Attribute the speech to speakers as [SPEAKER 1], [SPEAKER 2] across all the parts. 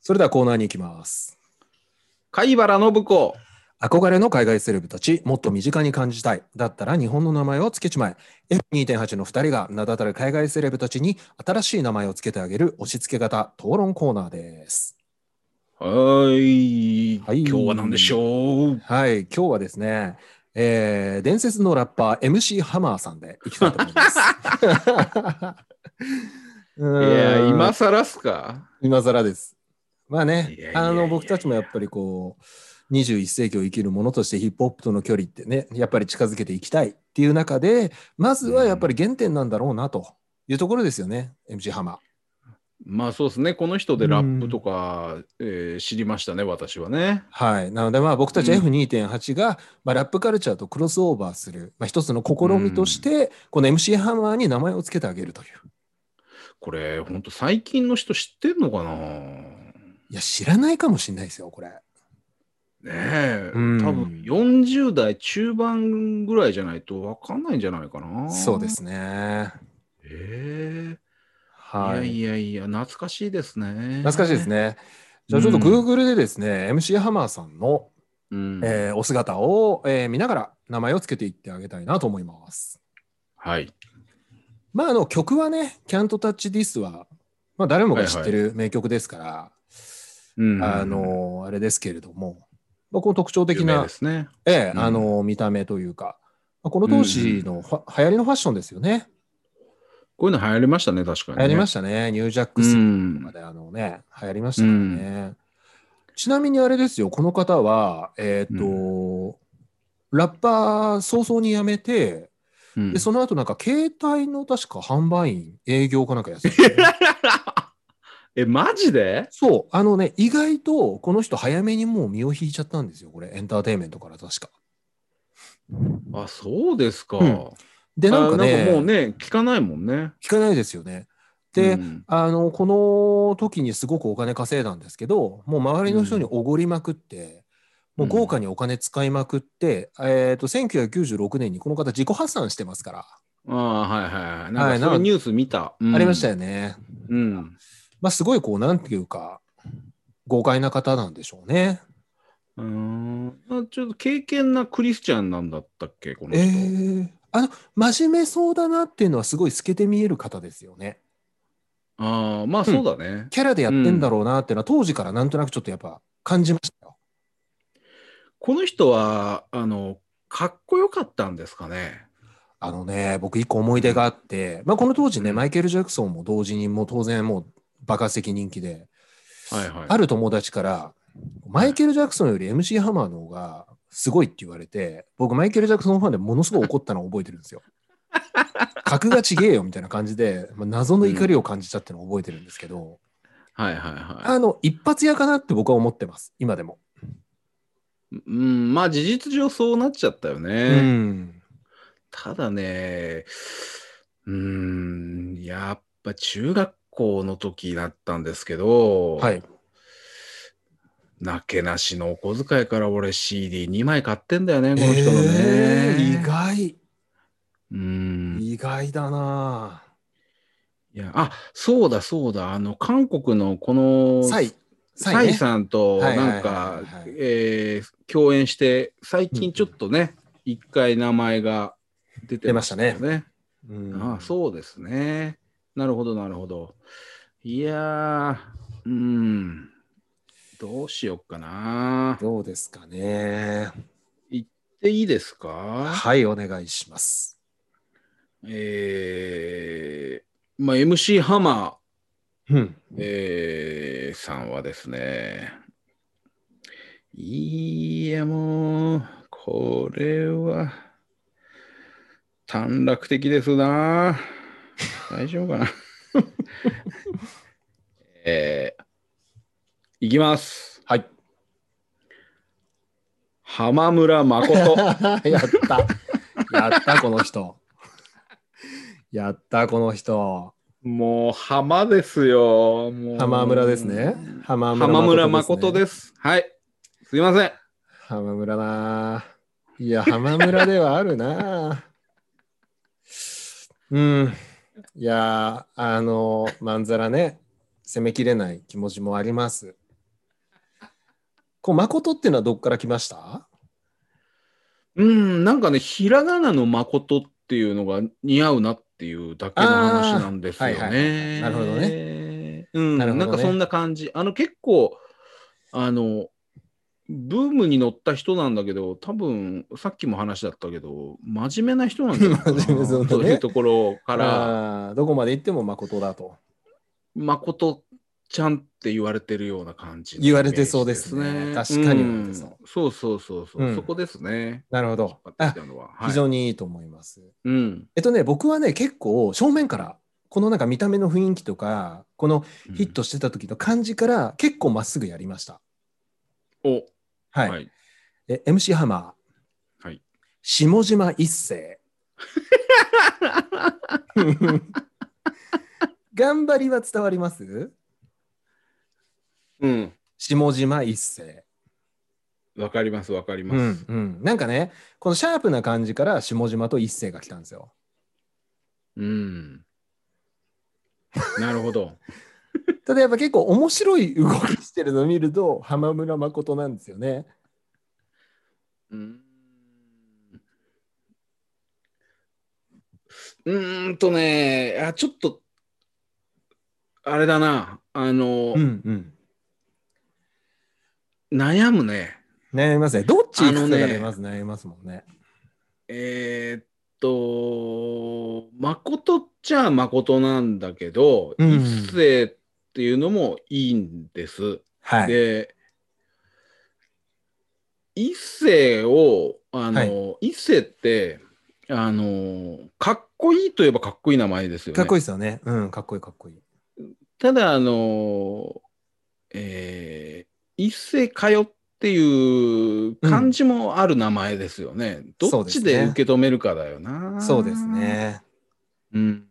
[SPEAKER 1] それではコーナーに行きます。
[SPEAKER 2] 貝原信子。
[SPEAKER 1] 憧れの海外セレブたち、もっと身近に感じたい。だったら日本の名前を付けちまえ。F2.8 の2人が名だたる海外セレブたちに新しい名前を付けてあげる押し付け型討論コーナーです。
[SPEAKER 2] はい
[SPEAKER 1] はい
[SPEAKER 2] 今日は何でしょう
[SPEAKER 1] はい、今日はですね、えー伝説のラッパー MC ハマーさんでいきたいと思います。
[SPEAKER 2] い
[SPEAKER 1] い
[SPEAKER 2] や、今更っすか
[SPEAKER 1] 今更です。まあね
[SPEAKER 2] いやいやい、や
[SPEAKER 1] あの僕たちもやっぱりこう、21世紀を生きるものとしてヒップホップとの距離ってね、やっぱり近づけていきたいっていう中で、まずはやっぱり原点なんだろうなというところですよね、MC ハマー。
[SPEAKER 2] まあそうですね。この人でラップとか、えー知りましたね、私はね。
[SPEAKER 1] はい。なのでまあ僕たち
[SPEAKER 2] うん
[SPEAKER 1] F2.8 が、まあ、ラップカルチャーとクロスオーバーする、まあ、一つの試みとして、この MC ハマーに名前を付けてあげるという。
[SPEAKER 2] これ、ほんと最近の人知ってんのかなね
[SPEAKER 1] いや、知らないかもしれないですよ、これ。
[SPEAKER 2] え、
[SPEAKER 1] うん
[SPEAKER 2] 多分40代中盤ぐらいじゃないと分かんないんじゃないかな。
[SPEAKER 1] そうで。すね。
[SPEAKER 2] ええ
[SPEAKER 1] はい。
[SPEAKER 2] い、やいやいや、懐かしいですね。
[SPEAKER 1] 懐かしいです
[SPEAKER 2] ね。
[SPEAKER 1] ね。じゃあちょっと Google でですね、MC ハマーさんの、
[SPEAKER 2] うん
[SPEAKER 1] えーお姿を、えー見ながら名前をつけていってあげたいなと思います。
[SPEAKER 2] はい。
[SPEAKER 1] まああの曲はね、Can't Touch This は、まあ、誰もが知ってる名曲ですから、
[SPEAKER 2] うん
[SPEAKER 1] あ、のあれですけれども、まあ、この特徴的
[SPEAKER 2] 有名
[SPEAKER 1] な
[SPEAKER 2] で、すね。
[SPEAKER 1] ええ
[SPEAKER 2] うん
[SPEAKER 1] あの見た目というか、まあこの当時のファ、流行りのファッションですよね。
[SPEAKER 2] こういうの流行りましたね、確かに、
[SPEAKER 1] 流行りま
[SPEAKER 2] し
[SPEAKER 1] したね。ニュージャッ
[SPEAKER 2] た
[SPEAKER 1] クス
[SPEAKER 2] うん
[SPEAKER 1] ま。であのね、流行りましたからね。ちなみにあれですよ、この方は、えっ、と、ラッパー早々に辞めて、
[SPEAKER 2] うん
[SPEAKER 1] で、その後なんか携帯の確か販売員、営業かなんかやってたんで すよね
[SPEAKER 2] え、マジで
[SPEAKER 1] そう、あのね、意外とこの人早めにもう身を引いちゃったんですよ、これ、エンターテインメントから確か。
[SPEAKER 2] あ、そうですか。
[SPEAKER 1] うんで、なんか
[SPEAKER 2] あ
[SPEAKER 1] ね、
[SPEAKER 2] もうね、聞かないもんね。
[SPEAKER 1] 聞かないですよね。で、
[SPEAKER 2] うん
[SPEAKER 1] あのこの時にすごくお金稼いだんですけどもう周りの人におごりまくって、
[SPEAKER 2] うん
[SPEAKER 1] もう豪華にお金使いまくって、えー、と1996年にこの方自己破産してますから、
[SPEAKER 2] ああ、はいはいはい。
[SPEAKER 1] は
[SPEAKER 2] ないん
[SPEAKER 1] ないん
[SPEAKER 2] かそうう
[SPEAKER 1] か
[SPEAKER 2] ニュース見た。うん
[SPEAKER 1] ありましたよね、
[SPEAKER 2] うん。
[SPEAKER 1] まあ、すごいこうなんていうか豪快な方なんでしょうね
[SPEAKER 2] うーんあちょっと経験なクリスチャンなんだったっけ、この
[SPEAKER 1] え
[SPEAKER 2] 人。
[SPEAKER 1] ー、あの真面目そうだなっていうのはすごい透けて見える方ですよね
[SPEAKER 2] ああ、まあそうだね。
[SPEAKER 1] キャラでやってんだろうなっていうのは、当時からなんとなくちょっとやっぱ感じましたよ
[SPEAKER 2] この人は、あの、かっこよかったんですかね。
[SPEAKER 1] あのね、僕一個思い出があって、まあこの当時ね、
[SPEAKER 2] うん
[SPEAKER 1] マイケル・ジャクソンも同時にもう当然もう爆発的人気で、
[SPEAKER 2] はいはい。
[SPEAKER 1] ある友達から、マイケル・ジャクソンより MC ハマーの方がすごいって言われて、僕マイケル・ジャクソンファンでものすごい怒ったのを覚えてるんです よ。格がちげえよみたいな感じで、まあ謎の怒りを感じたってのを覚えてるんですけど、
[SPEAKER 2] はいはいは
[SPEAKER 1] あの、一発屋かなって僕は思ってます、今でも。
[SPEAKER 2] い。うん、まあ事実上そうなっちゃったよね。
[SPEAKER 1] うん。
[SPEAKER 2] ただね、うーん、やっぱ中学校の時だったんですけど、
[SPEAKER 1] はい。
[SPEAKER 2] なけなしのお小遣いから俺 CD2 枚買ってんだよね、この人のね。
[SPEAKER 1] えー意外、
[SPEAKER 2] うーん。
[SPEAKER 1] 意外だなぁ
[SPEAKER 2] いや、あ、そうだそうだ、あの、韓国のこの、
[SPEAKER 1] サイ、サイ
[SPEAKER 2] サ
[SPEAKER 1] ね
[SPEAKER 2] イさんと、
[SPEAKER 1] はいはいはい
[SPEAKER 2] なんか
[SPEAKER 1] はい、
[SPEAKER 2] えー共演して、最近ちょっとね、一、回名前が出てよ
[SPEAKER 1] 出
[SPEAKER 2] ね。
[SPEAKER 1] うん
[SPEAKER 2] ああそうですね。なるほど、なるほど。いやー、うん。どうしよっかな。
[SPEAKER 1] どうですかね。
[SPEAKER 2] で、いいですか
[SPEAKER 1] はい、お願いします。
[SPEAKER 2] えー、まあ、MC ハマ
[SPEAKER 1] うん。
[SPEAKER 2] ー、えーさんはですね、いや、もう、これは、短絡的ですな。大丈夫かな。 えー、いきます。
[SPEAKER 1] はい。
[SPEAKER 2] 浜村誠。
[SPEAKER 1] やった。やった、この人。やった、この人。
[SPEAKER 2] もう浜ですよ。もう
[SPEAKER 1] 浜村ですね。浜村。
[SPEAKER 2] 浜村誠ですす。はい。すいません。
[SPEAKER 1] 浜村なぁ。いや、浜村ではあるなぁ。うん。いやー、あの、まんざらね、攻めきれない気持ちもあります。こう、誠っていうのはどっから来ました
[SPEAKER 2] うん、なんかね、ひらがなの誠っていうのが似合うなっていうだけの話なんです
[SPEAKER 1] あ
[SPEAKER 2] よ
[SPEAKER 1] ーはいはいはい
[SPEAKER 2] ね。
[SPEAKER 1] なるほど
[SPEAKER 2] ね。うん、
[SPEAKER 1] なる
[SPEAKER 2] な
[SPEAKER 1] ほどね
[SPEAKER 2] んかそんな感じ。あの結構、あの、ブームに乗った人なんだけど、多分さっきも話だったけど、真面目な人なんじゃないか な
[SPEAKER 1] 真面目そうだね
[SPEAKER 2] そういうところから、
[SPEAKER 1] あーどこまで行っても誠だと。
[SPEAKER 2] 誠ちゃんって言われてるような感じの
[SPEAKER 1] 言われてそうですね
[SPEAKER 2] イメージです
[SPEAKER 1] 確かに言われてそうん
[SPEAKER 2] そうそうそうそう、
[SPEAKER 1] うん
[SPEAKER 2] そこですね。
[SPEAKER 1] なるほど。
[SPEAKER 2] 引っ張って
[SPEAKER 1] あ
[SPEAKER 2] きたのははい
[SPEAKER 1] 非常にいいと思います。
[SPEAKER 2] うん、
[SPEAKER 1] えっとね、僕はね、結構正面から、このなんか見た目の雰囲気とか、このヒットしてた時の感じから結構まっすぐやりました。
[SPEAKER 2] お、
[SPEAKER 1] はい。
[SPEAKER 2] はい。
[SPEAKER 1] え MC ハマー、
[SPEAKER 2] はい
[SPEAKER 1] 下島一世頑張りは伝わります
[SPEAKER 2] うん。
[SPEAKER 1] 下島一世、
[SPEAKER 2] わかります、わかり
[SPEAKER 1] う
[SPEAKER 2] ます。
[SPEAKER 1] んうん、なんかねこのシャープな感じから下島と一世が来たんですよ
[SPEAKER 2] うん。なるほど。
[SPEAKER 1] ただやっぱ結構面白い動きしてるのを見ると浜村誠なんですよね
[SPEAKER 2] うん。うーんとね、あ、ちょっと。あれだな、あの、
[SPEAKER 1] うんうん
[SPEAKER 2] 悩むね。
[SPEAKER 1] 悩みますねどっち行
[SPEAKER 2] あの
[SPEAKER 1] くか
[SPEAKER 2] ね
[SPEAKER 1] が出ます、悩みますもんね
[SPEAKER 2] えーっと、誠っちゃ誠なんだけど、
[SPEAKER 1] うんうん
[SPEAKER 2] 一世っていうのもいいんです。
[SPEAKER 1] はい
[SPEAKER 2] で、一世を、あの、
[SPEAKER 1] は
[SPEAKER 2] 一世って、あの、かっこいいといえばかっこいい名前ですよね。
[SPEAKER 1] かっこいいですよねうんかっこいいかっこいい
[SPEAKER 2] ただ、あの、えー一世通っていう感じもある名前ですよね。どっち
[SPEAKER 1] そうです
[SPEAKER 2] で
[SPEAKER 1] ね
[SPEAKER 2] 受け止めるかだよな。
[SPEAKER 1] そうです。ね
[SPEAKER 2] うん。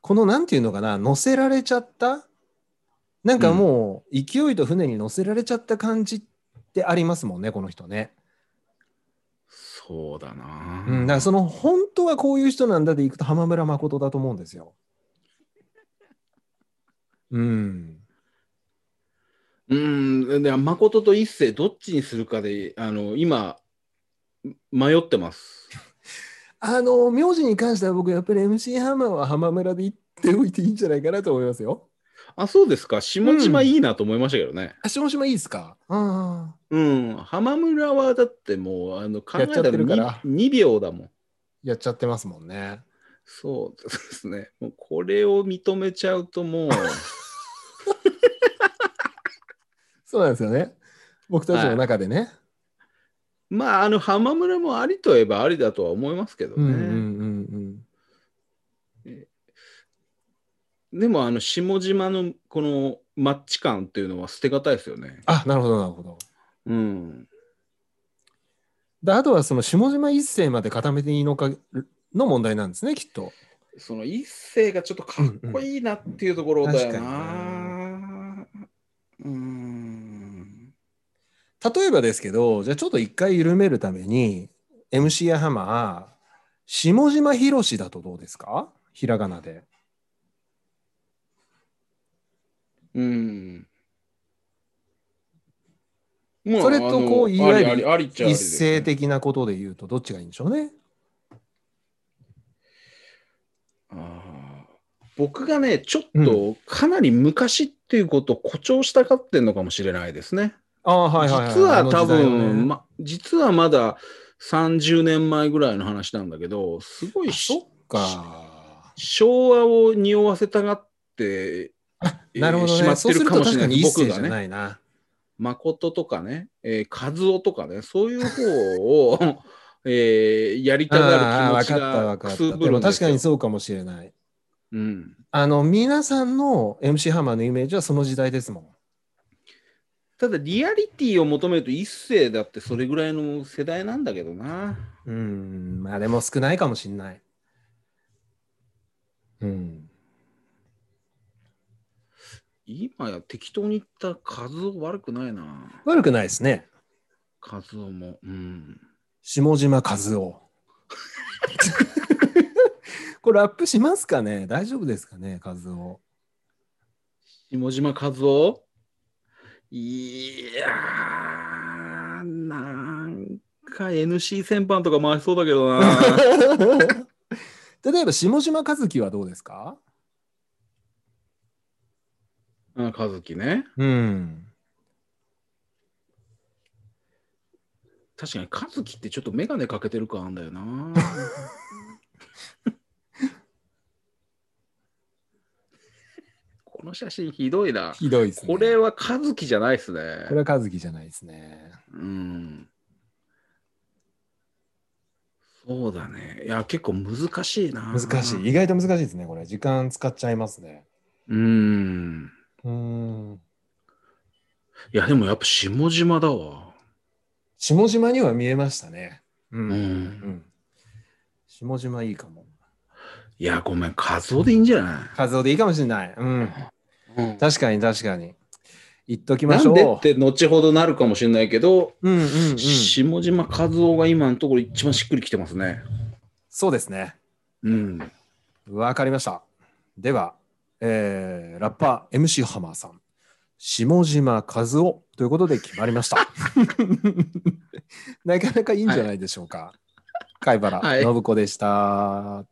[SPEAKER 1] このなんていうのかな乗せられちゃったなんかもう勢いと船に乗せられちゃった感じってありますもんねこの人ね、
[SPEAKER 2] そうだな。
[SPEAKER 1] うん、だからその本当はこういう人なんだでいくと浜村誠だと思うんですようん
[SPEAKER 2] うん、で、誠と一世どっちにするかで、あの、今、迷ってます。
[SPEAKER 1] あの名字に関しては僕やっぱり MC ハマーは浜村で言っておいていいんじゃないかなと思いますよ
[SPEAKER 2] あ、そうですか。下島いいなと思いましたけどね。
[SPEAKER 1] あ下島いいですかああ
[SPEAKER 2] うん。浜村はだってもう、あの、考え
[SPEAKER 1] や
[SPEAKER 2] た
[SPEAKER 1] っちゃってるからら
[SPEAKER 2] 2, 秒だもん。
[SPEAKER 1] やっちゃってますもんね
[SPEAKER 2] そうですね。もうこれを認めちゃうともう、
[SPEAKER 1] そうなんですよね僕たちの中でね、
[SPEAKER 2] まあ、あの、浜村もありといえばありだとは思いますけど
[SPEAKER 1] うんうん
[SPEAKER 2] ね。
[SPEAKER 1] うんうん
[SPEAKER 2] でも、あの、下島のこのマッチ感っていうのは捨てがたいですよね。
[SPEAKER 1] あなるほどなるほど
[SPEAKER 2] うん。
[SPEAKER 1] であとはその下島一世まで固めていいのかの問題なんですねきっと。
[SPEAKER 2] その一世がちょっとかっこいいなっていうところだよな。うん。
[SPEAKER 1] 例えばですけどじゃあちょっと一回緩めるために MC やハマー下島ひろしだとどうですかひらがなで。
[SPEAKER 2] うん。まあ
[SPEAKER 1] それとこう
[SPEAKER 2] あの
[SPEAKER 1] いわゆる
[SPEAKER 2] ありありありっちゃあり
[SPEAKER 1] 一
[SPEAKER 2] ですね
[SPEAKER 1] 世的なことで言うとどっちがいいんでしょうね。
[SPEAKER 2] あー僕がね、ちょっとかなり昔っていうことを誇張したがってんのかもしれないですね。
[SPEAKER 1] ああはいはい、はい。
[SPEAKER 2] 実は多
[SPEAKER 1] あの時代を
[SPEAKER 2] 分、
[SPEAKER 1] ね
[SPEAKER 2] ま、実はまだ30年前ぐらいの話なんだけど、すごい
[SPEAKER 1] あそっか。
[SPEAKER 2] 昭和を匂わせたがって、えー
[SPEAKER 1] なるほど
[SPEAKER 2] しま
[SPEAKER 1] ね。
[SPEAKER 2] って
[SPEAKER 1] そうす
[SPEAKER 2] る
[SPEAKER 1] る
[SPEAKER 2] か
[SPEAKER 1] と
[SPEAKER 2] もし
[SPEAKER 1] 確
[SPEAKER 2] れな
[SPEAKER 1] か
[SPEAKER 2] い
[SPEAKER 1] に一世
[SPEAKER 2] 僕
[SPEAKER 1] じゃ
[SPEAKER 2] がね、
[SPEAKER 1] ないな。
[SPEAKER 2] 誠とかね、えー、和夫とかね、そういう方を、 えーやりた
[SPEAKER 1] ああ
[SPEAKER 2] がる
[SPEAKER 1] 分か
[SPEAKER 2] 気持
[SPEAKER 1] っ
[SPEAKER 2] ち
[SPEAKER 1] た
[SPEAKER 2] が
[SPEAKER 1] 分か
[SPEAKER 2] く
[SPEAKER 1] っ
[SPEAKER 2] す
[SPEAKER 1] た。
[SPEAKER 2] ぶ
[SPEAKER 1] で
[SPEAKER 2] る
[SPEAKER 1] も
[SPEAKER 2] んで
[SPEAKER 1] 確
[SPEAKER 2] す
[SPEAKER 1] か
[SPEAKER 2] よ
[SPEAKER 1] に。そうかもしれない。
[SPEAKER 2] うん、
[SPEAKER 1] あの皆さんの MC ハマーのイメージはその時代ですもん。
[SPEAKER 2] ただ、リアリティを求めると一世だってそれぐらいの世代なんだけどな。
[SPEAKER 1] うん、まあでも少ないかもしんない。うん。
[SPEAKER 2] 今や適当に言った和夫悪くないな。
[SPEAKER 1] 悪くないですね。
[SPEAKER 2] 和夫も。うん。
[SPEAKER 1] 下島和 夫。これアップしますかね大丈夫ですかね和夫。
[SPEAKER 2] 下島和夫いやー、なんか NC 戦犯とか回しそうだけ どな。
[SPEAKER 1] 例えば下島和樹はどうですか
[SPEAKER 2] あ和樹ね。
[SPEAKER 1] うん。
[SPEAKER 2] 確かに和樹ってちょっと眼鏡かけてる感あんだよ な。この写真ひどいな。
[SPEAKER 1] ひどいですね。
[SPEAKER 2] これは和樹じゃないですね。
[SPEAKER 1] これは和樹じゃないですね。
[SPEAKER 2] うん。そうだね。いや、結構難しいな。
[SPEAKER 1] 難しい。。意外と難しいですね、これ。時間使っちゃいますね。
[SPEAKER 2] うん。
[SPEAKER 1] うん。
[SPEAKER 2] いや、でもやっぱ下島だわ。
[SPEAKER 1] 下島には見えましたね。う
[SPEAKER 2] うん。
[SPEAKER 1] ん。うん、下島いいかも。
[SPEAKER 2] いや、ごめん。和夫でいいんじゃな
[SPEAKER 1] 和夫でいいかもしれない。うん。
[SPEAKER 2] い、うん、
[SPEAKER 1] 確かに確かに。言っときま
[SPEAKER 2] な
[SPEAKER 1] しょ
[SPEAKER 2] ん
[SPEAKER 1] う。
[SPEAKER 2] でって後ほどなるかもしれないけど、
[SPEAKER 1] うんうんうん。
[SPEAKER 2] 下島和夫が今のところ一番しっくりきてますね。
[SPEAKER 1] そうですね。
[SPEAKER 2] うん。
[SPEAKER 1] わかりました。では、えーラッパー MC ハマーさん、下島和夫ということで決まりました。なかなかいいんじゃないでしょうか。貝原
[SPEAKER 2] はい
[SPEAKER 1] 信子でした。